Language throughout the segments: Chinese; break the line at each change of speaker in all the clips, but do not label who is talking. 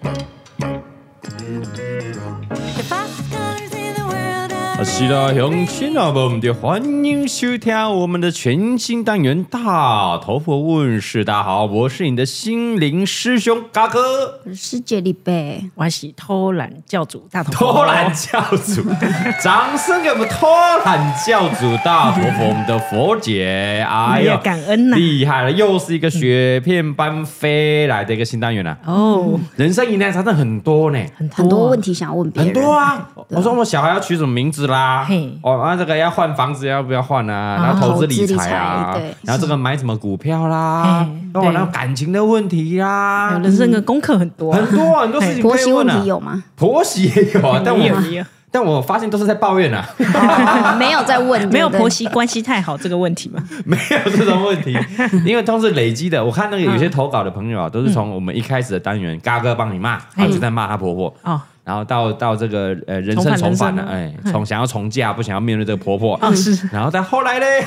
我啊是的乡亲啊，我们的欢迎收听我们的全新单元《大头佛问世》。大家好，我是你的心灵师兄嘎哥，
世界里呗，
我是偷懒教主大头佛
偷懒教主，掌声给我们偷懒教主大头佛，我们的佛 姐，哎
哎
呀
呀，，感恩呐、
厉害了，又是一个雪片般飞来的一个新单元了。
哦，
人生疑难杂症很多呢，
很
很多问
题，
题想要问别
很
人，
多啊！我说我小孩要取什么名字啦
嘿？
哦，啊，这个要换房子要不要换啊？然后投资理财啊
投资理财对，哎
然后这个买什么股票啦
嘿？
哦，
对
然后感情的问题啦，
人生的功课很多、啊
很多很 多事情
哎婆
可以
媳
问
问
啊
题。有吗？
婆媳也有 啊，嗯但
没有
我
没有
但我发现都是在抱怨啊，
哦没有在问，
没有
对不对
婆媳关系太好这个问题嘛？
没有这种问 题，因为都是累积的。我看那个有
嗯
些投稿的朋友啊，都是从我们一开始的单元嘎哥帮你骂，
哎
然后就在骂他婆婆。
哦，
然后到到这个呃人
重
生
返
重
人
返
生
了，
吗嗯
哎，从想要重嫁，不想要面对这个婆婆，
哦是
然后再后 来嘞，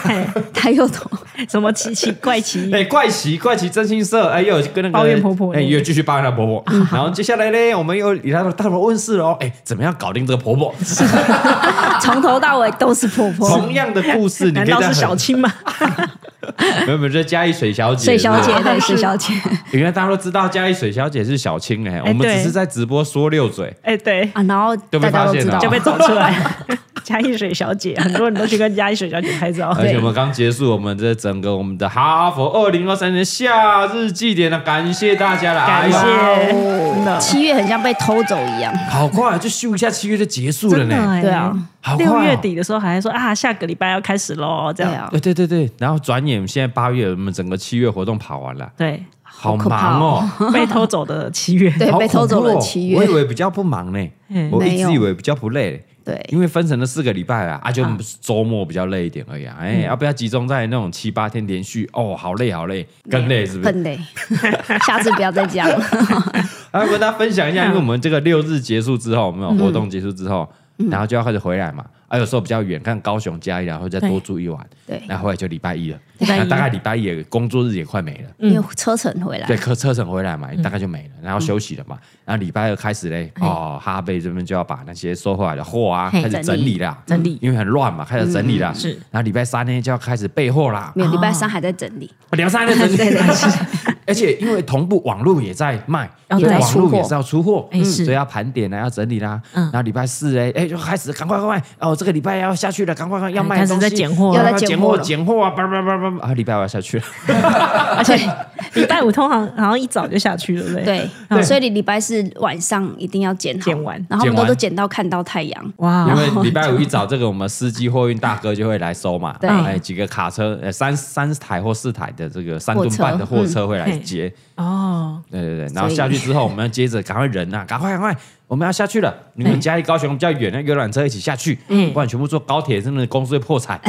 他又懂，
什么奇奇怪奇？
哎，怪奇怪奇真心社，哎，又有跟那个
抱怨婆婆嗯
哎，又继续抱怨她婆婆，然后接下来嘞，我们又给她大头问世了哦，哎，怎么样搞定这个婆婆？
从头到尾都是婆 婆。
同样的故事，你可
难
以
道
在
是
很
小 青吗？
没有没有，这嘉义水小姐，
水小姐
是不是
对，水小姐，
原来大家都知道嘉义水小姐是小青哎，我们
对
只是在直播说六嘴，
哎、对，
啊，然后
被
大家
发
都
现
知
了
道
就，被找出来。 嘉义水小姐，很多人都去跟嘉义水小姐拍照。
而且我们刚结束我们这整个我们的哈佛二零二三年夏日祭典呢，感谢大家啦，
感谢
哎呀
真的
哦七月很像被偷走一样，
好快啊就咻一下七月就结束了
真的
呢，
哎
对啊，
好快哦
六月，底的时候还说啊，下个礼拜要开始喽，这
对
样。
啊，
对对对对，然后转眼现在八月，我们整个七月活动跑完了，
对，啊
好
可怕
忙哦。
被偷走的七月，
对
好，
被偷走
恐
了
怖哦
七月嗯
我以，为比较不忙呢，我一
没
直
有哎
以为比较不累，
对，
因为分成了四个礼拜啊，啊就周末比较累一点而已啊，
嗯
哎，要不要集中在那种七八天连续？哦，好累好累，更累是不是？
嗯很累， 下次不要再这样了。
然啊后跟大家分享一
嗯
下，因为我们这个六日结束之后，我们有活动结束之后，
嗯
然后就要开始回来嘛，啊，有时候比较远，看高雄嘉义啊，然后再多住一晚，
对
那后来就礼拜一了，
礼拜一
那大概礼拜一也工作日也快没了。
因为车程回来
对，，车车程回来
嗯
嘛，大概就没了，然后休息了嘛，然后礼拜二开始嘞，哦，哈贝这边就要把那些收回来的货啊，
嘿
开始整理啦，
整理嗯
因为很乱嘛，开始整理啦，
是嗯
然后礼拜三呢就要开始备货啦，啊
没有，礼拜三还在整理，
礼拜 三呢整
对
理
对，
而且因为同步网络也在卖，
哦
所以
对
网络
出货
也是要出货，嗯
哎是
所以要盘点啊啦，要整理啦，
嗯
然后礼拜四哎哎就开始赶快赶快，哦，这个礼拜要下去了，赶快赶快要卖
哎
的
开始
东西
在拣货
要在
赶快
拣
拣
货
货
了
拣货啊，叭叭叭叭叭，啊，礼拜我要下去了，
而且 礼拜五通常好像一早就下去了，对不对？
对，所以你礼拜四晚上一定要剪好
剪完
然后我
剪
们
完
都都剪到看到太阳，
哇
因为礼拜五一早，这个我们司机货运大哥就会来收嘛，
对
哎，几个卡车，呃，三三台或四台的这个三吨半的货车会来接，
哦，
对对对，然后
嗯所以
下去之后，我们要接着赶快人啊，赶快赶快，我们要下去了，你们家离高雄比较远，那游览车一起下 去，
嗯
不然全部坐高铁，真的公司会破产。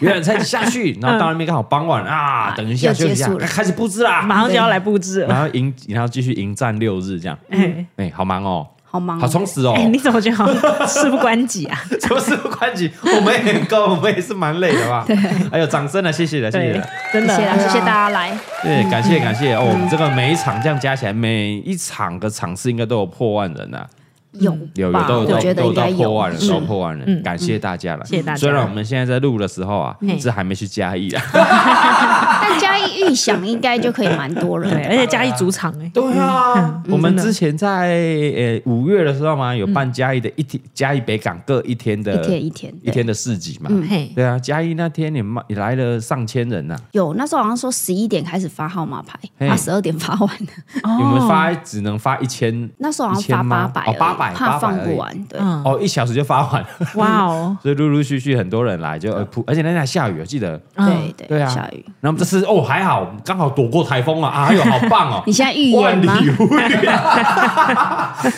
游览车一起下去，然后 到那边刚好傍晚啊，等一下
又
休息一
嗯结
下
束，了
开始布置啦，
马上就要来布置了。
然后迎然后继续迎战六日这样，
哎、
哎，好忙哦，
好嗯忙哦，
好充实哦
哎，你怎么觉得好像事不关己 啊？
什么事不关己，我们也很高，我们也是蛮累的吧？对，哎呦，掌声了，谢谢了，谢谢
对
了，，
真的啊
谢谢
啊
啦，谢谢
家。
大家来，
对，感谢感谢哦，
嗯
我们这个每一场这样加起来，每一场的场次应该都有破万人呐，
有
有有
吧
都有
我
到
觉得
都有
应
到
该
破
有嗯
万，人，都有破万人，感谢大家了，
谢谢大家
虽然我们现在在录的时候啊，
嗯
是还没去嘉义
嗯
啊，
但嘉义预想应该就可以蛮多人
对，
的，
而且嘉义主场哎、
对
嗯
啊，我们
真的
之前在呃五月的时候嘛，有办嘉义的一天，嘉义北港各一天的
一天一天
一
对嗯
天的市集嘛，
嘿，
对啊，嘉义那天也卖也来了上千人啊呐。
有那时候好像说十一点开始发号码牌，
嘿
他十二点发 完了，
你们发只能发一千，
那时候好
一千
像发
吗
八
哦
百，
八百，
怕
800
放
而已
不。完，对，
嗯，
哦，一小时就发 完了，
哇哦，
所以陆陆续续很多人来，就呃，扑而且那天还下雨，我记得。
对对
对啊
下雨，
然后我们这次哦还好刚好躲过台风啊！ 啊哎呦，好棒哦！
你现在预
万
言
里
吗？
无 云，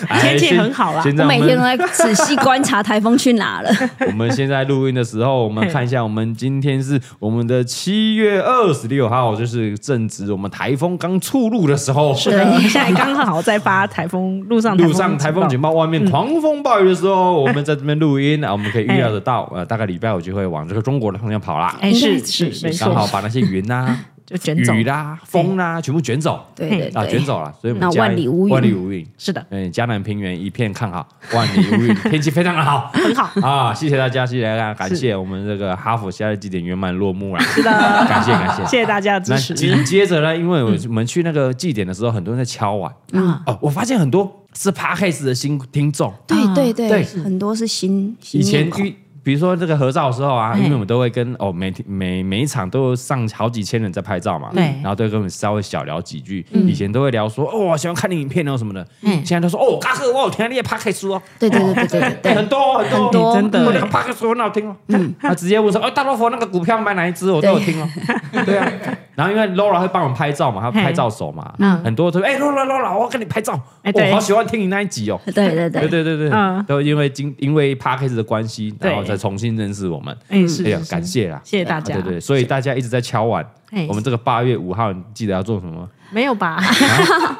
哎
天气
现
很好啦
现在我
我每天都
们
在仔细观察台风去哪了。
我们现在录音的时候，我们看一下，我们今天是我们的七月二十六号，就是正值我们台风刚出入的时候。
是的， 现在刚好在发台风路上
路上台风
警
警
报嗯
报，外面狂风暴雨的时候，我们在这边录 音啊，我们可以预料得到，呃，大概礼拜我就会往这个中国的方向跑啦，
哎，
应
是
该
是
是
没
刚好
错，
把那些云啊、
就 卷走哎
雨啦、风啦全部卷走
对对
啊，卷
对，
走了，所以我们
那
嘉
万里无云
万里无云。
是的，
嗯，嘉南平原一片看好，万里无云，天气非常的好
很好，
啊！谢谢大家，谢谢大家，感谢我们这个哈佛夏日祭典圆满落幕了，
是的，
感谢感谢。
谢谢大家的
那
支持。
紧接着呢，因为我们去那个祭典的时候，很多人在敲碗
嗯，
哦，我发现很多是 Parkes 的新听众，
啊
对对
对
对，很多是新新
以前
面孔
遇，比如说这个合照的时候啊，
嘿
因为我们都会跟哦每天每每一场都有上好几千人在拍照嘛，
对嗯
然后都会跟我们稍微小聊几句。以前都会聊说哦，我喜欢看你影片哦什么的。现在都说哦，嘎哥，我有听你的 p o d c a s 哦，
对对对对对对对
很多哦很多
很多
哦
真的
我那个 p o d c a s 很好听哦。
嗯
他直接问说哦，大老佛那个股票买哪一只，我都有听哦。 对啊，然后因为 Laura 会帮我们拍照嘛，她
嘿
拍照手嘛
嗯，
很多都说哎 Laura Laura，我要跟你拍照，
哎
我
对
好喜欢听你那一集哦。
对对
对对
对，
对对，
嗯
都因为经因为 p a r k a s 的关系，
对
然后再重新认识我们。
哎，是
哎呀
是，是
感谢啦，啊
谢谢大家
对对，所以大家一直在敲碗
哎。
我们这个八月五号，你记得要做什么？
没有吧？
啊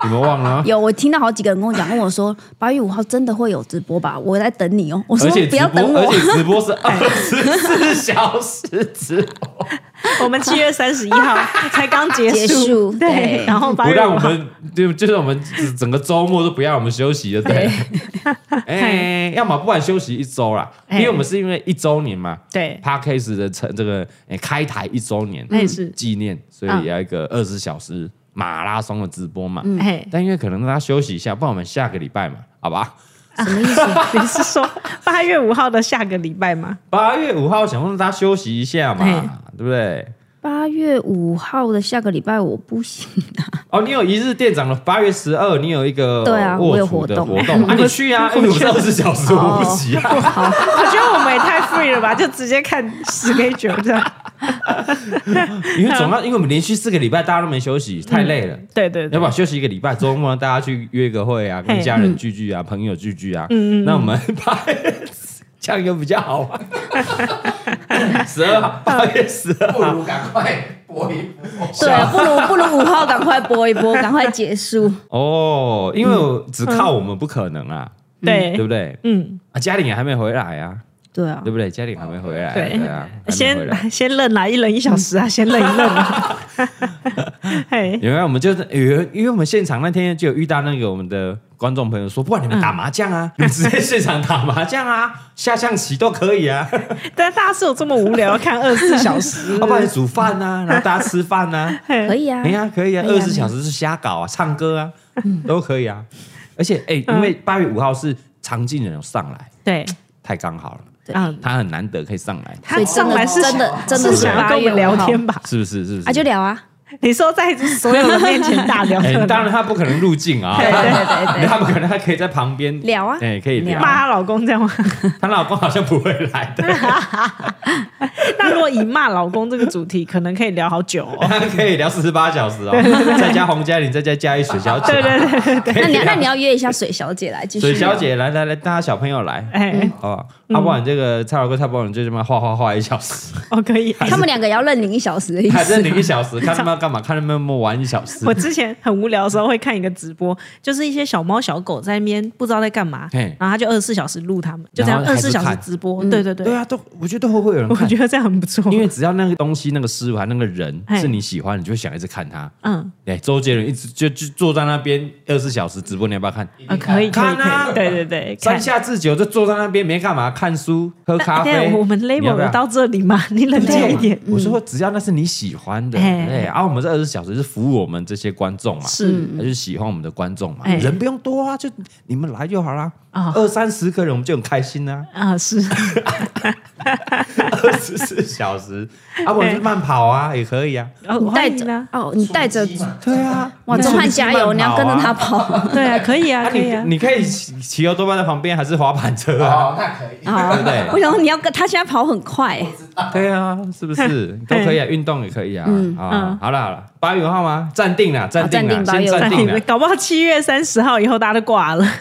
你们忘了吗？
有我听到好几个人跟我讲，跟我说八月五号真的会有直播吧？我在等你哦。我说
而且
不
直
要等
播，而
我，
且直播 是二十四小时直播，
我们七月三十一 号才刚结
结束
对
对，
然后八
不
月
让
五
我
号，
们就就是我们整个周末都不让我们休息，对不对？哎，要么不然休息一周啦，因
哎
为我们是因为一周年嘛，
对，
p a r k a s 的成这个、诶开台一周年，
那也是
纪念，所以也要一个二十小时马拉松的直播嘛。
哎，
但因为可能让他休息一下，不然我们下个礼拜嘛，好吧？
啊什么意思？
你是说八月五号的下个礼拜吗？
八月五号想让他休息一下嘛，
嗯
对不对？
八月五号的下个礼拜我不行，
哦，你有一日店长的八月十二，你有一个
对啊
卧
我有
厨的
活动
活动啊，你去啊，因为我是二十小时，我不急啊。
我觉得我们也太 free 了 吧，就直接看 schedule 这样。
因为 总要，因为我们连续四个礼拜大家都没休息，太累了。
对对
要
对
不，要休息一个礼拜？周末让大家去约个会啊，跟
嘿嗯
家人聚聚啊，朋友聚聚啊。那我们八月 这样又比较好 玩。十二
嗯
号，八月十二
不
号，
如赶快播一播。
对啊，不如不如五号赶快播一播，赶快结束。
哦，因为我只靠我们不可能啊，对
对，
不对？
嗯，
啊，嘉玲也还没回来啊，
对啊
对，不对？嘉玲还没回来，
对
对啊，还没回
先
来。
先愣啦，一人一小时 啊，先愣一愣啊。嘿，
原来我们就是，因为因为我们现场那天就有遇到那个我们的观众朋友说，不然你们打麻将
嗯
啊，你们直接现场打麻将啊，下象棋都可以啊。哦
但大家是有这么无聊要看二十四小时？
要不然煮饭呐、然后大家吃饭呐、
嘿
可以嗯啊
哎，呀，可以啊，
可以
二
啊嗯
十小时是瞎搞啊，唱歌啊，都可以啊。而且，哎、因为八月五号是常进人有上来，
对，
太刚好了，
对
嗯，
他很难得可以上来，
他上来是
真的真的
是
是
想要跟我们聊天吧？
是不是？是不是？
啊，就聊啊，
你说在所有人面前大聊
哎、
特
当
聊，
然他不可能入境啊，
对对对对，
他不可能，他可以在旁边
聊啊
哎、可以聊。
骂她老公这样吗？
她老公好像不会来的，
那如果以骂老公这个主题，可能可以聊好久 哦。
他可以聊四十八小时哦，再加洪嘉玲，再加嘉一水小姐，
对
啊
对对对 对，
那你要那你要约一下哎水小姐来继续。啊
水小，姐来来来，大家小朋友来，
嗯
哎，
好吧？要、不然这个蔡老哥、蔡伯伦就这么画画画一小 时，
哦，可以。
他们两个要认领一小时的意
还
思
是。你一小时，看他们要干嘛，看他们有没有玩一小时
我。之前很无聊的时候会看一个直播，就是一些小猫小狗在那边不知道在干嘛，
嘿
然后他就二十四小时录他们，就这
然
样
后
二
还
十
是
四小时
看
直播。对对对，
对啊，都我觉得都会会有人
我
看
觉，得这样很不错。
因为只要那个东西、那个师傅、还有那个人
嘿
是你喜欢，你就会想一直看他。
嗯，
哎，周杰伦一直就就坐在那边二十四小时直播，你要不要看？
呃，可以可以
看啊
可以，对对对，
山
看。
下智久就坐在那边没干嘛，看书、喝咖
对
啡。
我们
你要
label
不要
有到这里吗？ 你 冷静一点。
我
嗯
说，只要那是你喜欢的，
哎
嘿
对，然后我们这二十小时是服务我们这些观众嘛，
是
他就是喜欢我们的观众嘛，
哎
人不用多啊，就你们来就好啦
哦
啊，
二三十个人我们就很开心啦。
啊，是
啊二十四小时，啊，我就是慢跑啊，也可以啊。
然后
你带
欢迎
着
啊，
哦，你带着
出击嘛
对 啊，
哇，
你
钟汉
出去
加油，
慢
你要
跑
跟着
啊
他跑。
对啊，可以啊，可以
你
啊，
你可以骑骑欧多巴在旁边，还是滑板车啊？
哦，那可以。
好
对不对
我想说哦你要跟他现在跑很快，
对啊，是不 是都可以啊？运动也可以啊。
嗯
啊
嗯，
好了好了，八月五号吗？暂定了，暂定了，
暂
先
定八月五号
暂定了。
哎搞不好七月三十号以后大家都挂了。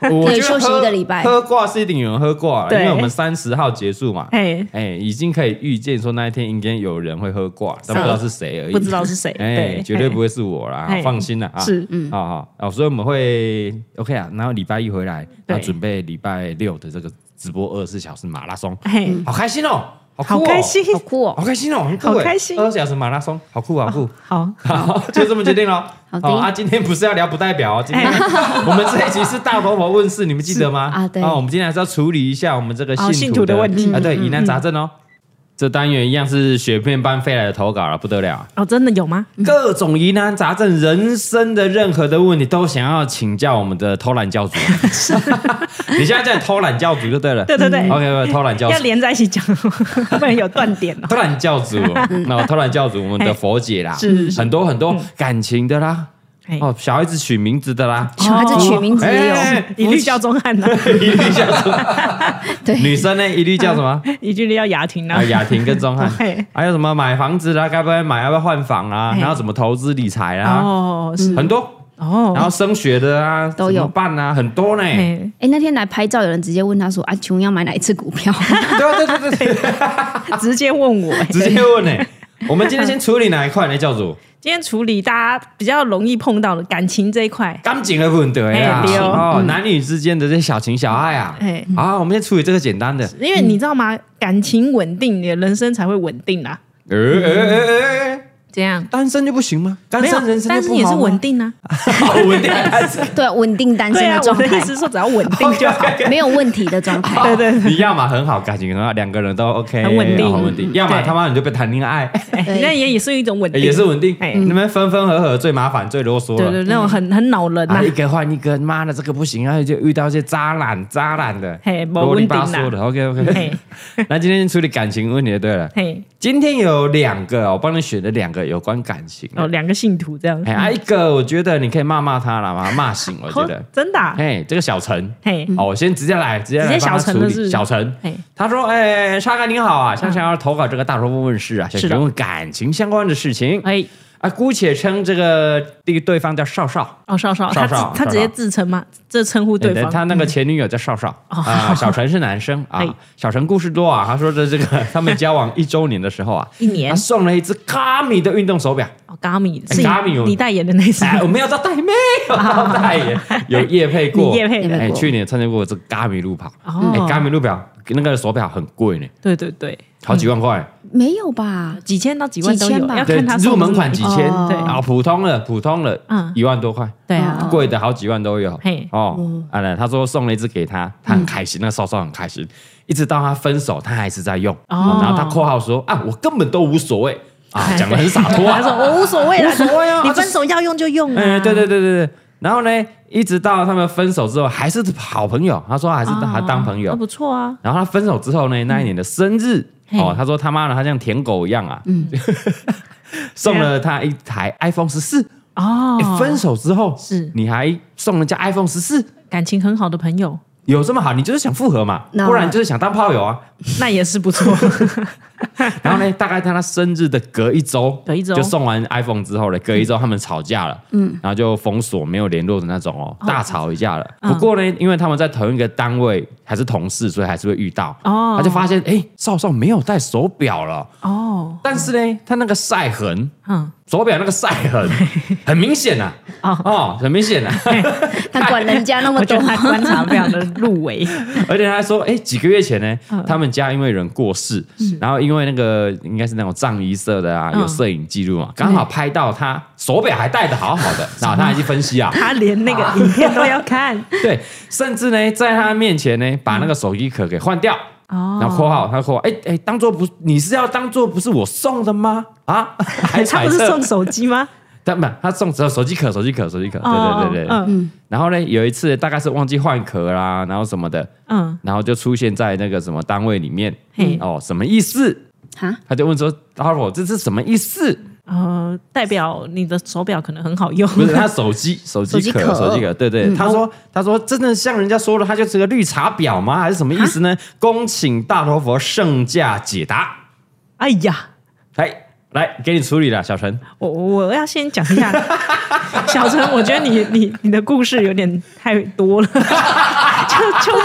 我
可
觉得
以休息
喝
一个礼拜
喝挂是一定有人喝挂啊了，因
对
为我们三十号结束嘛。
哎，
哎，已经可以预见说那一天应该有人会喝挂，但不知道是谁而已。
不知道是谁，
哎
对，，
绝对不会是我啦，
哎
放心啦啊。
哎。是，
嗯，好好哦，所以我们会 OK 啊，然后礼拜一回来，然后
对
准备礼拜六的这个直播二十四小时马拉松，
嘿，
好开心哦，好酷
好
哦
开心，
好酷哦！
好开心哦，很酷哎
好开心哦
二十小时马拉松，好酷好酷。
好，
好，就这么决定了。
好的
哦啊，今天不是要聊不代表哦，今天
哎
我们这一集是大婆婆问世，你们记得 吗？
是啊对
哦，我们今天还是要处理一下我们这个
哦信
徒
徒的问题嗯
啊，对，疑难杂症哦。这单元一样是雪片般飞来的投稿了，不得了啊！
哦，真的有吗？
各种疑难杂症、人生的任何的问题，都想要请教我们的偷 懒教主。你现在叫你偷懒教主就对了。
对对对
OK，偷懒教主
要。连在一起讲， 不然有断点哦。
偷懒教主，那我偷懒教主，我们的佛姐啦，
嗯哎是是是嗯
很多很多感情的啦，
哎
哦，小孩子取名字的啦，
小孩子取名字也有，
哎
一律叫钟汉呐，
一律叫什么？
对，
女生呢，一律叫什么？
一律叫雅婷呐
啊，。雅婷跟钟汉
嘿，
还有什么买房子啦，该不该买，要不要换房啊？
嘿
然后怎么投资理财啦，
哦，是
很多。
哦，
啊然后升学的啊，
都有
怎么办啊，很多呢。对
哎，
哎，那天来拍照，有人直接问他说：“啊，请问要买哪一只股票？”
啊对对对对，
直接问我，哎
直接问呢。我们今天先处理哪一块呢，教主？
今天处理大家比较容易碰到的感情这一块，
感情的问题啊
嘿对，哦
哦，男女之间的这些小情小爱啊
嘿，
啊，我们先处理这个简单的。
因为你知道吗？感情稳定，你的人生才会稳定啦。
呃呃呃呃呃，
这样
单身就不行吗？单
没有
身人，生
但
就是不
也
好
是
吗
稳定啊。？
好稳定单身。
对，稳定单身
对啊，我
状
的意
态，
思是说，只要稳定就
哦
好。
没有问题的状态。
对对对
你要么很好，感情很好，两个人都 OK，
很稳定嗯
很稳定；要么
对
他妈你就被谈恋 爱，
哎那也也是一种稳定，
也是稳嗯定。
哎
你们分分合合最麻烦、最啰嗦
对
了。
对，那种很很恼人
啊，
呐
一。个换一个，妈的，这个不行，然后就遇到一些渣男、渣男的，
嘿没
啰里
稳定
吧
啦
嗦的。OK
嘿
OK，那 今天处理感情问题就对了。
嘿，
今天有两个，我帮你选了两个有关感情的
哦，。两个信徒这样。
哎，啊，一个我觉得你可以骂骂他啦，把他骂醒，我觉
好
得。
真的啊，
哎，这个小陈，
嘿，
哦，我先直接来，直接来
直接
帮他
小陈
处
了
理
是不是
小陈，
嘿，
他说：“哎、沙哥您好啊，想想要投稿这个大头问问事啊，想
嗯是的
询问感情相关的事情
哎，
啊，姑且称这个对对方叫少少，
哦，少少，他
少少
自他直
少
接
少
自称吗？这称呼对
哎
方，嗯
他那个前女友叫少少、
哦
啊，小陈是男生啊
哎，
小陈故事多啊，他说的这个他们交往一周年的时候啊，
一 年
他送了一只卡米的运动 手表，
哦，Gami 是
Gami 哎有
你你代言的那只，
哎， 我没有到代没有到代言，有叶配过，
你业配
业
的
配
哎，
过
去年参加过这个卡米路跑，哎，
哦，
卡米路表那个手表很贵呢，
对对对，
好几万块。”
没有吧？
几千到几万都
几
有
千，吧
要
对
啊看他，
入门款几千，
哦
对啊，普通的普通的
嗯，
一万多块，
对啊，
贵的好几万都有
嘿。嗯
哦，啊，那他说送了一只给他，他很开心，那嫂嫂很开心，一直到他分手，他还是在用。
哦
然后他括号说啊，我根本都无所谓啊，
哎
讲的很洒脱
他说
啊。
哦我无所谓啦，
无所谓啊
你
啊这
分手要用就用啊，
哎，对对对对对。然后呢，一直到他们分手之后，还是好朋友。他说还是
哦，
还当朋友
那。不错啊，
然后他分手之后呢，那一年的生日，
嗯嘿嗯
哦，他说他妈的，他像舔狗一样啊， 送了他一台 iPhone 十四。
哦
欸，分手之后
是
你还送人家 iPhone 十四，
感情很好的朋友，
有这么好？你就是想复合嘛，
那
不然你就是想当炮友啊。
那也是不错，
然后呢，大概在他生日的隔一周，
隔一周嗯
就送完 iPhone 之后呢，隔一周他们吵架了，嗯，然后就封锁没有联络的那种哦，大吵一架了。
嗯
不过呢，因为他们在同一个单位还是同事，所以还是会遇到。
哦
他就发现，哎，少少没有戴手表了，
哦，
但是呢，他那个晒痕。
嗯，
手表那个晒痕 很明显呐、啊，哦，很 明显呐、
他管人家那么
我觉
多
得，他观察非常的入微，
而且他还说，哎、几个月前呢，
嗯
他们家因为人过世，然后因为那个应该是那种葬仪社的啊，
嗯
有摄影记录嘛，刚好拍到他手表还戴的好 好的，然后他还去分析啊，
他连那个影片都要 看，
对，甚至呢，在他面前呢，把那个手机壳给换掉。然后
哦，
括号，他括号，哎哎，当做不，你是要当做不是我送的吗？啊，还
他
揣
不是
测
送，手机吗？
但不，他送只有手机壳，手机壳，手机壳，对对对对。
嗯
然后呢，有一次大概是忘记换壳啦，然后什么的，
嗯，
然后就出现在那个什么单位里面
嘿，
哦，什么意思？
哈，
他就问说：“阿罗，这是什么意思
呃，代表你的手表可能很好用？”，
不是他手机，手
手
机
机
壳，
壳
手机壳，对
嗯
对。他说：“他说真的像人家说的，它就是个绿茶婊吗？还是什么意思呢？”恭请大头佛圣驾解答。
哎呀，
来来，给你处理了，小陈。
我我要先讲一 下，小陈，我觉得你你你的故事有点太 多了，就就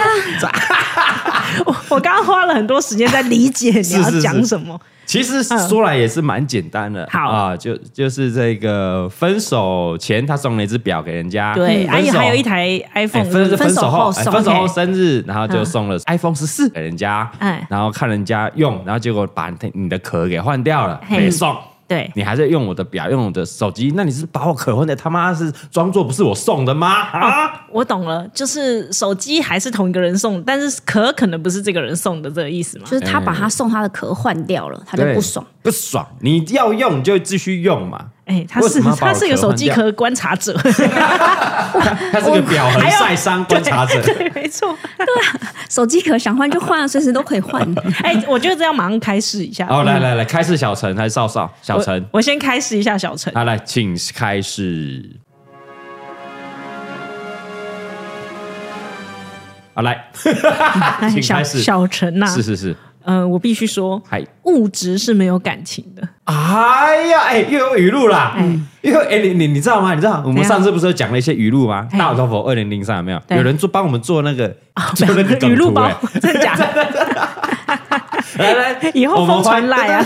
我我刚刚花了很多时间在理解你
是
要
是是
讲什么。
其实说来也是蛮简单的，
嗯好
啊，就就是这个分手前他送了一只表给人家，嗯
对，阿
分
姨
手
嗯哎还有一。台
哎
iPhone，
分
是不是
分手后，哎
送
分手后
嘿嗯
生日，然后就送了 iPhone 十四给人家
哎，
然后看人家用，然后结果把你的壳给换掉了，
嘿哎
没送，
对，
你还在用我的表，用我的手机，那你是把我壳换掉，他妈是装作不是我送的吗？
哦
啊，
我懂了，就是手机还是同一个人送，但是壳可能不是这个人送的这个意思嘛
就。是他把他送他的壳换掉了，他就
对
不爽。，
不爽，你要用你就继续用嘛，
哎、他
为什
是
么要把我
他是一个
壳
手
换
机
掉
壳观察者，
他是个表
还
很
有
晒伤观察者，
对，没错。
手机壳想换就换，随时都可以 换。啊
哎、我觉得这要马上开始一下。嗯
哦，来来来，开始小陈还是少少？小
我
陈，
我先开始一下小陈。
好来，请开始。好来，
哎
请
小
开始
小陈呐、
是是是，
呃，我必须说，
嗨，
物质是没有感情的。
哎呀，哎，又有语录啦，因为哎，你你你知道吗？你知道我们
怎样
上次不是有讲了一些语录吗？
嘿
大头佛二零零三有没有？
对哦
有人做帮我们做那个 做那个梗
语录
图
包
哎，
真假的？
来来，
以后
我们
疯传
欢
赖啊！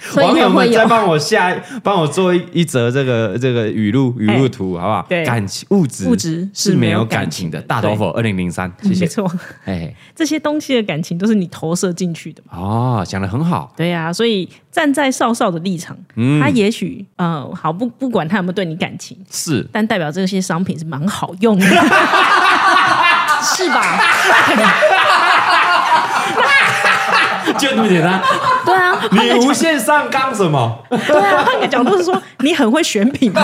所以
网友
也会
们再
有
帮我下，帮我做一一则这个这个语录语录图，好不好？
哎对
感情物质
物质是
是没
没有
有
感
感情的。
情的
大头佛二零零三，谢
没
谢。
错，
哎，
这些东西的感情都是你投射进去的嘛。
哦，讲的很好，
对呀、所以站在少少的立场，他也许呃，好不不管他有没有对你感情，
是
但代表这些商品是蛮好用的，是吧？
就这么简单。
对啊，
你无限上纲什么？
对啊，换个角度是说，你很会选品嘛，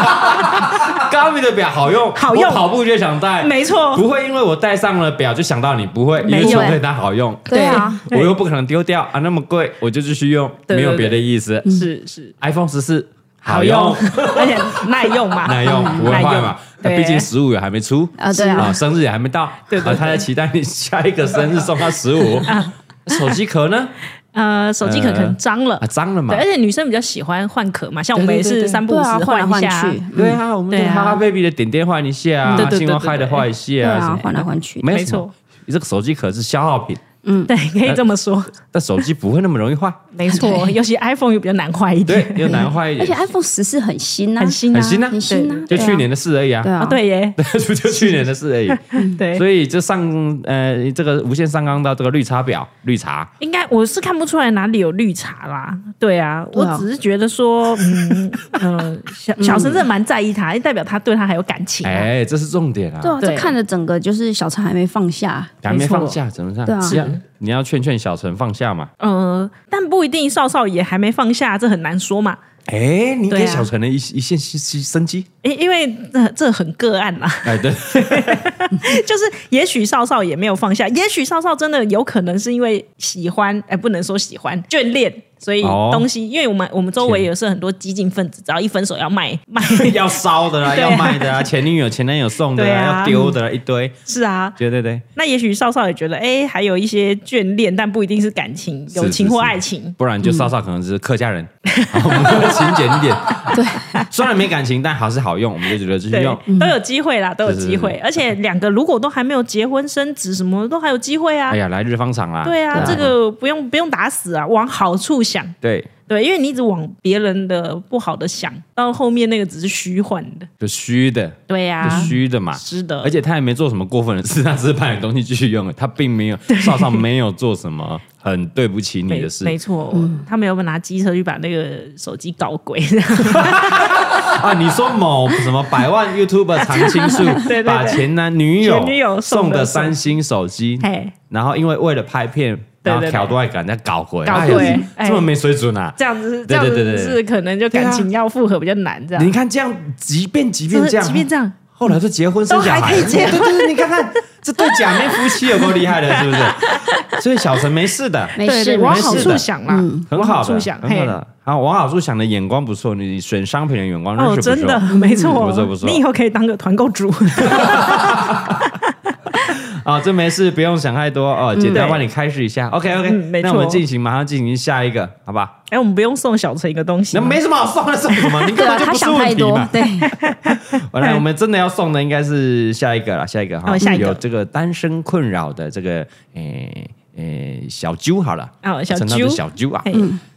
高米的表 好用，
好用
我跑步就想戴，
没错
不会因为我戴上了表就想到你，不会，因
没有
为纯粹它好用。
对啊，
我又不可能丢掉啊，那么贵，我就继续用，
对对
没有
对
别的意思。
是是
iPhone 十四
好
好
用
用，，
而且耐用嘛，
耐用不会
耐
坏
用
嘛？那
对
毕竟食物也还没出
啊对啊
啊，生日也还没到，
对对啊
啊他在期待你下一个生日送他食 物。手机壳呢？
呃，手机壳可能脏了
啊，。脏了嘛
对，而？且女生比较喜欢换壳嘛，像我们
对
也
对对
是
对
三不
对
五
啊，
时
换来换
一下，
去，
对啊，我们
对
就
啊
哈哈 baby 的点点换一下
嗯对
啊，
对对
星光开的换一下
对
什
啊
么，
换来换去。
没有
没
什么
错。
你这个手机壳是消耗品，
对，可以这么说，
但手机不会那么容 易坏，
没错。尤其 iPhone 又比较难坏一
对
点，，
又难坏一
而且
点，
iPhone 十四很新啊，
很新啊，
很新啊
很新啊，
就
对啊
去年的事而已啊
对，啊，
啊，对耶，
就就去年的事而已。
对。
所以就上呃这个无限上纲到这个绿茶婊，绿茶
应该我是看不出来哪里有绿茶啦，对啊，
对啊
我只是觉得说，嗯呃，小小陈真的蛮在意他，代表他对他还有感情、啊。
哎，这是重点啊。
对啊，
对
这看着整个就是小陈还没放下，
还没放下，怎么
对
样？
啊
是啊，你要劝劝小陈放下嘛。
呃，但不一定，少少也还没放下，这很难说嘛。
哎，你
对
给
啊
小陈的一一线生生机。
因因为这这很个案啦，
哎，对，
就是也许少少也没有放下，也许少少真的有可能是因为喜欢，哎，不能说喜欢，眷恋，所以
哦
东西，因为我们我们周围也是很多激进分子，只要一分手要卖 卖，
要烧的啦，
对啊
要卖的啊，前女友、前男友送的
对
啊，
啊
要丢的啊，一堆。
是啊，
对对对，
那也许少少也觉得，哎、还有一些眷恋，但不一定是感情，友情或爱情。嗯
不然就少少可能是客家人， 我们会勤俭 一点。对，虽然没感情，但还是好用，我们就觉得继续
对
用。，
都有机会啦，都有机会
嗯是。
而且两个如果都还没有结婚生子，什么都还有机会啊。
哎呀，来日方长啦。
对啊，这个不用不用打死啊，往好处想。
对，
对，因为你一直往别人的不好的想，到后面那个只是虚幻的。
就虚的，
对呀、
就虚的嘛。
啊是的，
而且他也没做什么过分的事，他只是把你东西继续用了，他并没有少少没有做什么很对不起你
没
的事。
没错，他们有没有拿机车去把那个手机搞鬼？
啊，你说某什么百万 YouTube 常青树
对对
把前男女友
前女友送
送的
的
三星手机，
嘿，
然后因为为了拍片
对
然
对
后
对
条都还敢再搞鬼，
搞
哎
鬼
呀
哎
这么没水准啊！
这样子，这
对
样
对对
子
对对
是可能就感情要复合比较难，这样。
你看这样，即便即
就
便
是
这样，
啊即便这样，
后来就结婚生小
都还
孩，
可以结
对对对，你看看这对假面夫妻有多厉害的，是 不是？所以小陈没事的，
没
对
事
对，往
没
好
事
处
的
想啦
嗯，
很
往
好
处
的，
想，
很好的。好，王老师想的眼光不错，你选商品的眼光真是
哦，
不错。嗯
真的没错，
不错不错
你以后可以当个团购 主，
啊，这没事，不用想太多哦。简单
嗯对
帮你开始一下，OK OK，、
嗯没
那我们
错
进行马上进行下一个，好吧？
哎，我们不用送小陈一个东西啊
那
吗，
没什么好送的，送什么？你
对
根
啊，
本就
他
不是
想
问
太
题
多
嘛。。
对，
本 来我们真的要送的应该是下一个了，下一个哈，
哦下一个
有这个单身困扰的这个诶诶小揪好了，
哦小
称他
揪
是小揪啊
哎。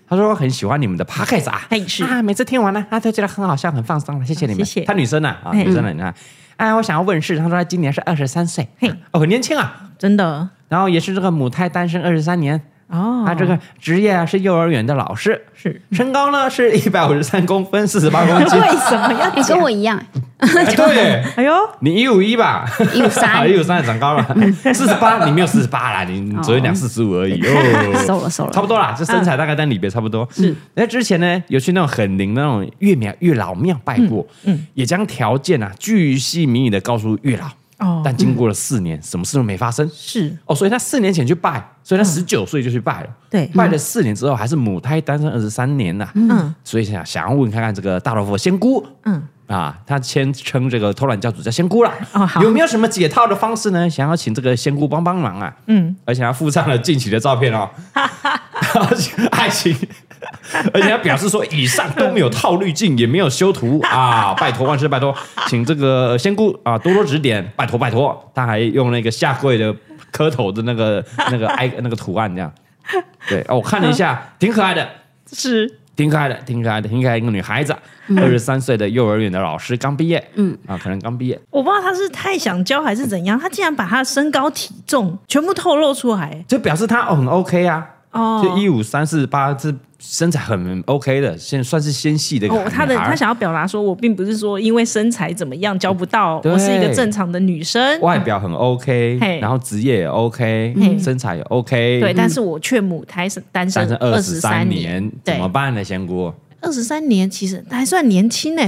他说很喜欢你们的 podcast 啊，
嘿是哦
啊，每次听完呢，他都觉得很好笑、很放松了，啊谢谢你们。
谢谢
他女生呢啊，
嘿
女生呢，你看，啊，我想要问事，他说他今年是二十三岁，
嘿
哦，很年轻啊，
真的
然后也是这个母胎单身二十三年。
哦，
他这个职业啊是幼儿园的老师，
是
身高呢是一百五十三公分，四十八公 斤。
为什么要
你跟
讲？
我一样，
哎对耶，
哎呦，
你一五一吧，
153
哎一五三长高嘛，四十八你没有四十八啦，你你昨天讲四十五而已哦。
瘦了瘦了，
差不多啦，这身材大概跟里边差不多。是，那之前呢，有去那种很灵的那种月庙、月老庙拜过，嗯，也将条件啊巨细靡遗的告诉月老，
哦
但经过了四年，什么事都没发生。
是
哦，所以他四年前去拜，所以他十九岁就去拜了。
嗯对
拜了四年之后，还是母胎单身二十三年呐、
嗯
所以想想要问看看这个大老婆仙姑
嗯，
啊，她谦称这个偷懒教主叫仙姑啦。
哦好
有没有什么解套的方式呢？想要请这个仙姑帮帮忙啊。
嗯，
而且还附上了近期的照 片哦，而且爱情。而且他表示说，以上都没有套滤镜，也没有修图啊！拜托，万事拜托，请这个仙姑啊多多指点，拜托拜托。他还用那个下跪的磕头的那个那个哀那个图案这样，对哦，我看了 一下，挺可爱的，
是
挺可爱的，挺可爱的，挺可爱的一个女孩子，
嗯
二十三岁的幼儿园的老师，刚毕业，嗯啊，可能刚毕业，
我不知道他是太想教还是怎样，他竟然把他的身高体重全部透露出来
就表示她哦很 OK 啊，
哦，
就一五三四八，这身材很 OK 的，现算是纤细的一个
哦，他的
女孩
他想要表达说，我并不是说因为身材怎么样交不到，
对
我是一个正常的女生，
外表很 OK，
嘿
然后职业也 OK，、
嘿
身材也 OK，
对，但是我却母胎是单身
嗯单身二
二
十
三
三年，怎
对
么，办呢？仙姑，
二十三年其实还算年轻呢。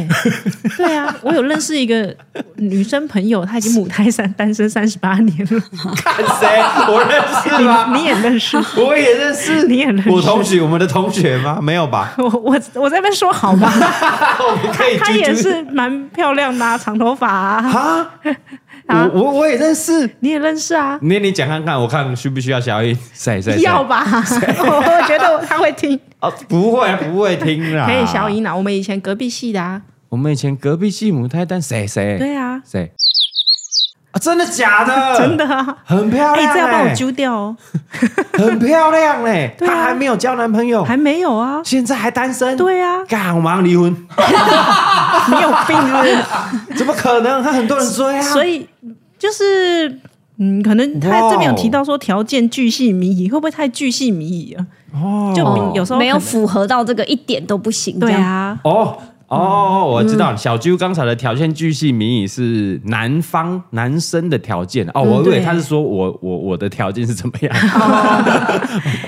对啊，我有认识一个女生朋友，她已经母胎三单身三十八年了，
看谁？我认识吗？
你也认 识。
我也认识，
你也认识
我同学，我们的同学吗？没有吧？
我我我在那边说好吗？
我们可以
她也
揪揪
是蛮漂亮的、啊，长头发、啊，
啊，
啊
我我我也认识。
你也认识啊？
你你讲看看，我看需不需要消音？ 谁谁谁
要吧？我 我觉得她会 听，
哦，不会不会听啦。
可以消。音啊。我们以前隔壁系的啊，
我们以前隔壁继母胎，但谁谁
对啊，
谁？啊，真的假的？
真，的啊。
很漂
哎、
亮、欸，
这要把我揪掉哦，
很漂亮嘞、
对啊
她还没有交男朋友，？
还没有啊
现在还单身，
对啊
干，我马上离婚，
你有病是不是？
怎么可能？她很多人追啊，
所以就是，嗯，可能他这边有提到说条件巨细靡遗，会不会太巨细靡遗啊？
哦，
就
哦
有时候
没有
可能
符合到这个一点都不行。
对
这样，
啊，
哦。哦，我知道，小啾刚才的条件巨细靡遗是男方男生的条件哦，我以为
嗯对
他是说我我我的条件是怎么样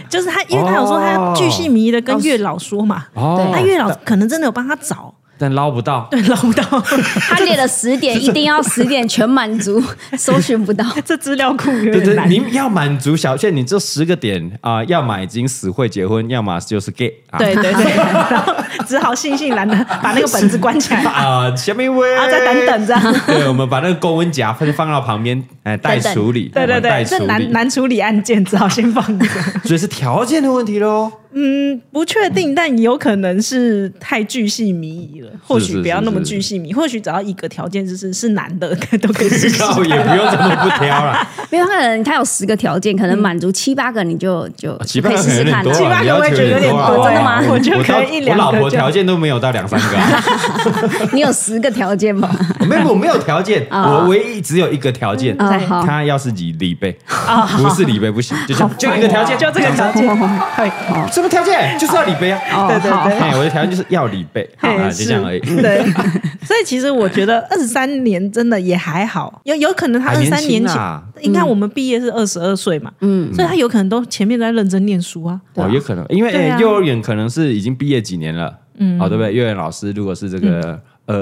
就是他，因为他有说他要巨细靡遗的跟月老说嘛，
哦，
那月老可能真的有帮他 找，
但捞不到，
对，捞不到
他列了十点，一定要十点全满 足，搜寻不到。
这资料库有
对
点
对，
难。
你要满足小倩，你这十个点啊、要么已经死会结婚，要么就是 gay 啊，
对对对，然后 只好悻悻然的把那个本子关起 来，然
啊，下面一位，
后再等等这样。
对，我们把那个公文夹放放到旁边，哎，待
等
处理，啊
对对
待
对，
处
这
理
难，难处理案件，只好先放 着。
所以是条件的问题喽。
嗯，不确定，但有可能是太巨细靡遗了。或
是是
许不要那么巨细靡，或许只要一个条件就是是男的 都可以试试。
靠，哦也不用这么不挑 了，
没有，他可能他有十个条件，可能满足七八个，你就就
嗯七八
就可以
个可能有
试试
点
看
多
七
啊
了。
八个我也觉得有点
你要求有点多啊
多，
真的吗
我觉得可能
我
一
我
两
老
个
婆我条件都没有到两三个、啊，
你有十个条 件吗？
没有，我没有条件，
哦
我唯一只有一个条件，
嗯
啊，好，
他要是理理背，
哦
不是理背不行，就这样就一个条件，
啊就这个条件， 嘿
什么条件？就是要理背啊！
哦
对对
好
对
哎，我的条件就是要理背
嘿
啊，就这样而已。
是对， 所以其实我觉得二十三年真的也还好，有有可能他
还
二
年
三年
轻
前
啊，
你看我们毕业是二十二岁嘛，
嗯，
所以他有可能都前面都在认真念书啊，
哦，也可能，因为、
对啊
呃幼儿园可能是已经毕业几年了，嗯，哦，对不对？幼儿园老师如果是这
嗯
个、呃二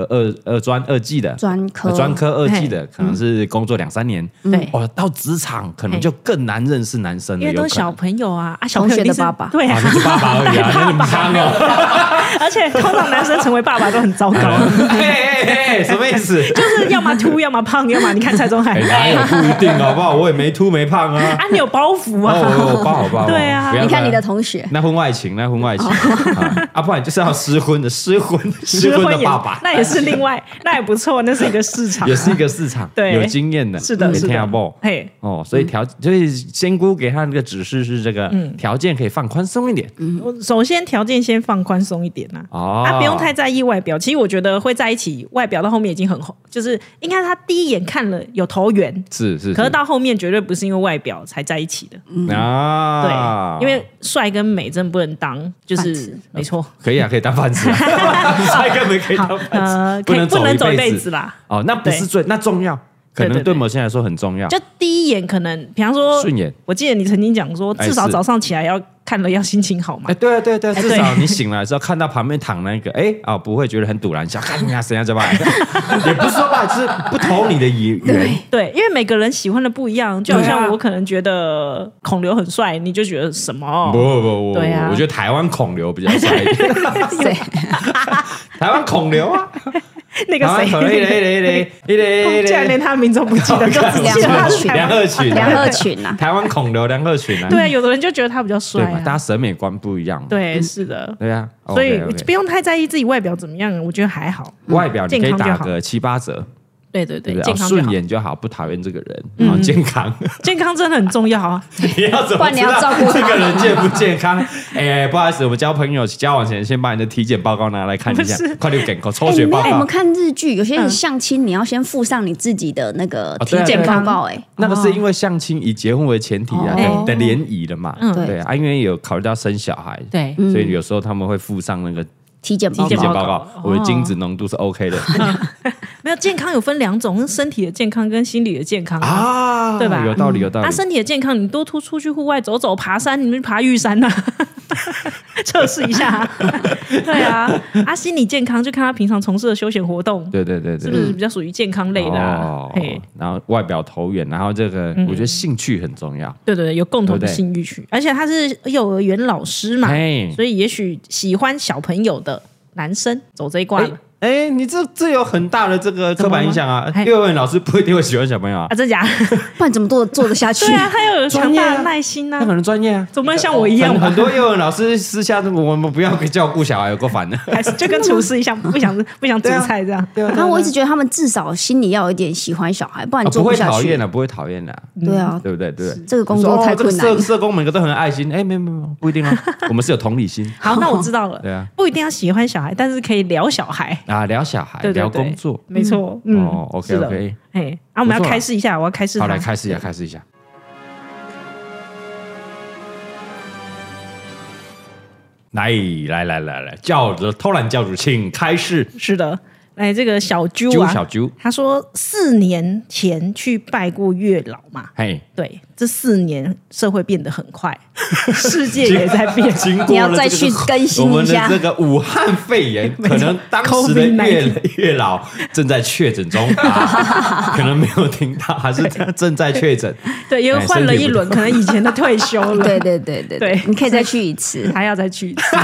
二专二技的
专科
呃专科二技的，可能是工作两三年，
嗯对
哦，到职场可能就更难认识男生了，
因为
有
都
可
小
能。
朋友啊，啊，小朋友一定是
同学的爸爸
对
啊，
啊，
那是爸爸而已啊，那你们脏哦！
而且通常男生成为爸爸都很糟糕，
哎哎哎哎，什么意思？
就是要么秃，要么胖，要么你看蔡宗海
哎，哪有不一定好不好？我也没秃没胖 啊。
啊，你有包袱
哦，
啊，
我我包好包。
对啊
不要
你看
不要
你的同学，
那婚外情，那婚外
哦
情啊啊，不然就是要失婚的，失婚
失
失婚的
也
爸爸，
那也是另外，那也不错，那是一个嗯市场
也，是一个市场，
对
有经验的，
是的
也
是的
听不。
嘿，嗯
哦，所以条所以仙姑给他那个指示是这个条件可以放宽松一点
我首先条件先放宽松一点呐、
哦，
啊，不用太在意外表。其实我觉得会在一起，外表到后面已经很红，就是应该他第一眼看了有投缘，
是是，
可是到后面绝对不是因为外表才在一起的。
啊，
嗯对，因为帅跟美真不能当，就
饭
是
吃
没错。
可以啊，可以当饭 吃啊，帅哥们可以当
呃，
饭吃，
可以
能
不能走
一
一
辈
辈子。啦。
哦，那不是最那重要，可
对
能
对
对
对
某些人来说很重要，
就第一眼可能，比方说
顺眼。
我记得你曾经讲说，
哎
至少
是
早上起来要看了要心情好嘛
哎，。对啊，对啊对啊，
哎
至
对
少你醒来之后看到旁边躺那个，哎啊，不会觉得很堵然，想看人家谁要这么矮，也不是说吧，就是不投你的眼缘，
对，因为每个人喜欢的不一样，就好
对
像
啊
我可能觉得孔刘很帅，你就觉得什么？
不不不，我
对啊
我觉得台湾孔刘比较帅一点，
对，
台湾孔刘啊，
那
台
个
湾
谁，
孔刘一 啊嘞一嘞一嘞一
竟然连
嘞，
他的名字都不记 得，就只记得他
梁
的
鹤群
帅。
梁鹤群，
梁鹤群啊，
台湾孔刘梁鹤群啊，
对啊，有的人就觉得他比较帅
对嘛，大
啊
家。审美观不一样，
对，是的，
对啊，
所以
OK，OK
不用太在意自己外表怎么样，我觉得还好。
外表你可以
健康就
打
好
个七八折，
对对
对
对
不，对？
健
哦
康就
顺
好，
眼就好，不讨厌这个人，然后健康，
健康真的很重要啊。
你要怎
不
么
然你
知
要
道
照顾
这
他
个人健不健康？ 哎，不好意思，我们交朋友交往前先把你的体检报告拿来看一下
不是，
快点给我抽
哎，
血
你
报
那我
告
们。看日剧，有些人
嗯
相亲，你要先附上你自己的那个
哦
体
对啊
检
对
啊
报告，哎，
那个是因为相亲以结婚为前提啊
哦
的的联谊了嘛，
嗯
对
对
啊，因为有考虑到生小孩，
对
所以有时候他们会附上那个
体检报
体检
告
报告，我的精子浓度是 OK 的
没有健康有分两种，身体的健康跟心理的健康。
啊，
对吧
有道理，有道理
啊，。身体的健康，你多出出去户外走走、爬山，你们爬玉山呐、 测试一下、 对啊，啊，心理健康就看他平常从事的休闲活动
对对对
是
对，
不是比较属于健康类的、啊
哦？
嘿，
然后外表投缘，然后这个我觉得兴趣很重要。
对对对，有共同
对
的
不对
性欲区，而且他是幼儿园老师嘛，
哎
所以也许喜欢小朋友的男生走这一挂
哎
了
哎，你这这有很大的这个刻板印象啊
怎么了嘿！
幼儿园老师不一定会喜欢小朋友啊
啊，，真假？
不然怎么做做得下去
对？啊，他要有强
专
大
业啊
的耐心呐、
那可能专业啊。
总不能像我一样
很
吧
很？多幼儿园老师私下，我们不要照顾小孩，有够烦的。
还是就跟厨师一样，不想不想煮
对啊
菜这样。
对啊
然后我一直觉得他们至少心里要有一点喜欢小孩，不然
啊嗯
你做
不会
下
讨厌
去。
的，不会讨厌的，
对啊，
对不对？对不对。
这个工作
说哦
太
这个
困难
社。社工每个都很有爱心，哎，没有没有没有，不一定哦。我们是有同理心
好，那我知道了。
对啊，
不一定要喜欢小孩，但是可以聊小孩，
啊，聊小孩，
对对
聊
对
工作。
没错。嗯，
哦，OK
是的
OK，
哎，啊，我们
不
要
错啊
开示一下，我要开示
好，
他。
来开始一下，开始一下。来来来来来，教主偷懒教主，请开始。
是的，哎，这个小啾
啾小
啊，
啾，
他说四年前去拜过月老嘛。
嘿，
对，这四年社会变得很快，世界也在变。
经过
你要
了
再
这个
去更
我
新一
们的
下
这个武汉肺炎，可能当时的月月老正在确诊 中，啊可能没有听到，还是正在确诊。
对，因
哎
为换了
身体
一
不
轮，可能以前的退休了，
对，对对对
对
你可以再去一次。
还要再去一次。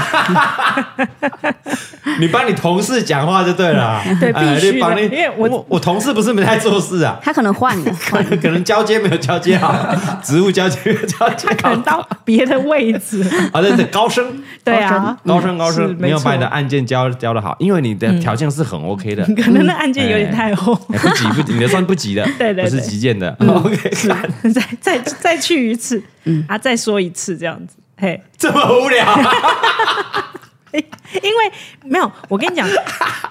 你帮你同事讲话就对了啊，
对
哎
必须的
你帮你
因为我
我我同事不是没在做事 啊，
他可能 换了，换了
可能交接没有交接好，职务交接没有交接
可
好
能。到别的位置，
啊，对对，高升，
对啊
高升，高
是
升，没
没
有
错
把你的案件交交的好，因为你的条件是很 OK 的，
可能那案件有点太厚，
哎不急不急，你的算不急的，
对对
不是
对嗯
急件的 ，OK，干
再再再
嗯
去一次，啊，再说一次这样子。嘿，
这么无聊，
因为没有，我跟你讲，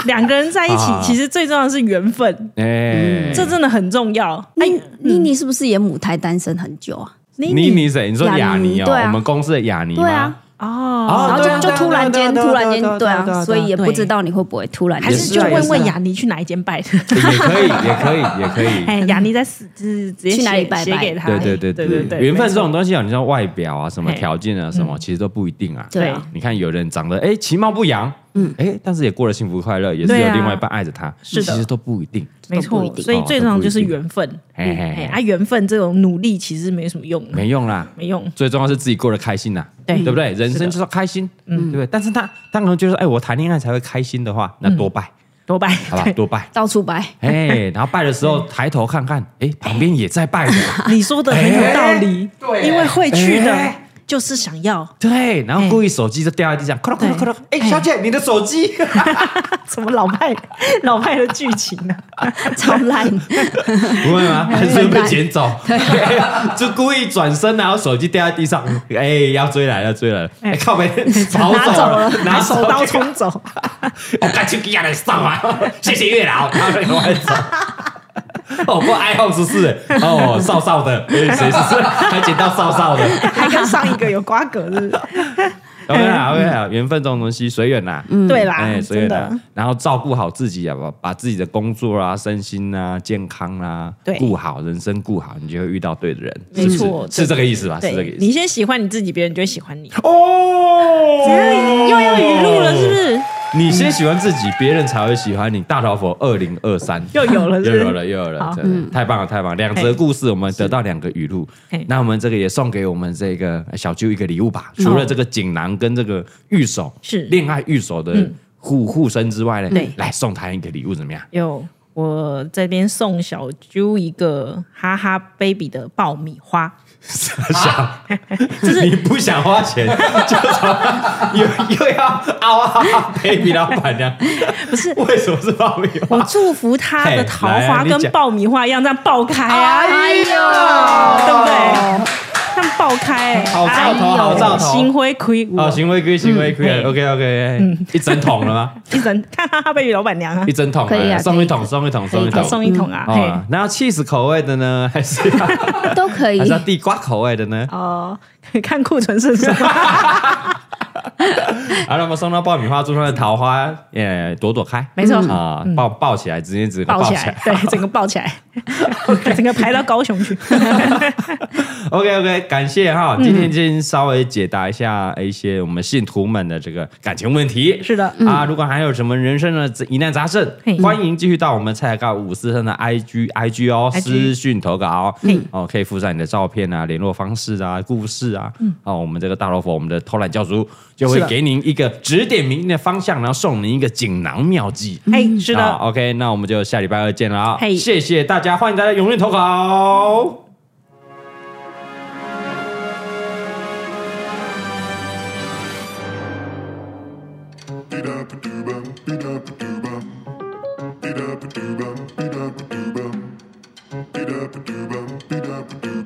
两个人在一起
啊
其实最重要的是缘分，
哎，
这真的很重要。哎，
妮妮妮是不是也母胎单身很久啊？
妮
妮妮谁？你说雅
雅尼
尼哦，
对啊
我们公司的雅尼吗
对啊，
哦，
然后
对啊对
就就
啊
突然间
对啊
突然间
对啊对
对
啊对啊
啊，所以也不知道你会不会突然
还
间
也
是
是
就
啊
问问
也是啊
雅尼去哪一间拜的？
也可以，也可以，也 可以。
哎，雅尼在死直直接
去哪里
写
拜
写
拜
给他？
对对对
对
对
对，
缘分这
没
种
错
东西啊，你知道外表啊、什么
嘿
条件啊、什么，其实都不一定啊。
对啊，
你看有人长得哎其貌不扬，嗯，哎，但是也过得幸福快乐，也是
对啊
有另外一半爱着他，
是的
其实都不一定。哦
没
都不一
错，
定
所以最重要就是缘分。
嘿嘿
哎，
嘿
啊，缘分这种努力其实没什么用的，
没用啦，
没用。
最重要是自己过得开心呐、
对
对不对？人
是的
生就是要开心，嗯，对不对？但是他他可能就是哎，我谈恋爱才会开心的话，那多拜，
多拜，
好吧，
对
多拜。
到处拜，
哎，然后拜的时候抬头看看，哎，旁边也在拜的，
你说的很有道理，
哎对
因为会去的
哎
就是想要，
对，然后故意手机就掉在地上，咔啦咔啦咔啦，哎，小姐，你的手机，
什么老派老派的剧情 呢？
超烂，
不会吗？还是被捡走， 就故意转身，然后手机掉在地上，哎，要追来了，追来了，哎，靠背跑
拿
走
走了，
拿
手
手
刀
刀
冲 走，
我赶紧给他来上啊！谢谢月老，然后就往外走。 哦，不过 iPhone 十四哦，少少的，哎谁是还捡到少少的
还跟上一个有瓜葛，是不 是？
？OK 啦，OK 啦，缘分这种东西随缘啦，
对啦，
哎，随
真
缘啦
的，。
然后照顾好自己啊，把把自己的工作啊、身心啊、健康啊
对，
顾好人生，顾好，你就会遇到对的人。
没错
是不是
对
是这个意思吧？是这个
对
意
你
思。
先喜欢你自己，别人就会喜欢你。
哦
又要语录了，是不？是？
你先喜欢自己，别人才会喜欢你。大老佛二零二三
又有了，
又
是不是
有了，。又有了
好，嗯
真的太棒了，太棒！了！两则故事，我们得到两个语录
嘿。嗯
那我们这个也送给我们这个小舅一个礼物吧。除了这个锦囊跟这个玉手，
是
恋爱玉手的
嗯
护护身之外呢，
对
来送他一个礼物怎 么样？
有，我这边送小啾一个哈哈 baby 的爆米花，
想
啊 是
你不想花钱， 就说又又要嗷嗷嗷 baby 老板娘，
不是
为什么是爆米花
我？祝福他的桃
嘿来啊
花
你
跟
讲
爆米花一样这样爆开啊，
哎呦，
对不对？这样爆开、欸，
好兆头，
哎呦
好兆
心
头。
灰亏
哦，
我
行为归行为归
嗯
，OK OK，一哎整桶了吗？
一整看哈哈 baby 老板娘啊
一，整桶，
可以啊
哎送
可
一
以
桶，送一桶，送一
好
桶，
送一桶啊，
哦
嘿，，
那要 cheese 口味的呢，还是要还
都可以
是要地瓜口味的呢？
哦，看库存是 什么？
好，那么送到爆米花桌上的桃花，也朵朵开
没错，
啊，抱抱起来，直接直接
抱
抱
起
起
来
来。，
对，整个抱起来， 整个排到高雄 去。
OK OK，感谢哈，
嗯
今天先稍微解答一下一些我们信徒们的这个感情问题。
是的，嗯
啊，如果还有什么人生的疑难杂症
嘿，
欢迎继续到我们蔡告五四三的 IG IG 哦
IG
私讯投稿
嘿
哦，可以附上你的照片啊、联络方式啊、故事啊，哦，我们这个大老佛，我们的偷懒教主就是会
嗯的
给您一个指点明的方向，然后送您一个锦囊妙计。
哎，是
啊
的，
，OK，那我们就下礼拜二见了啊！
嘿
谢谢大家，欢迎大家踊跃投稿。
Beat up a doobum, beat up a doobum.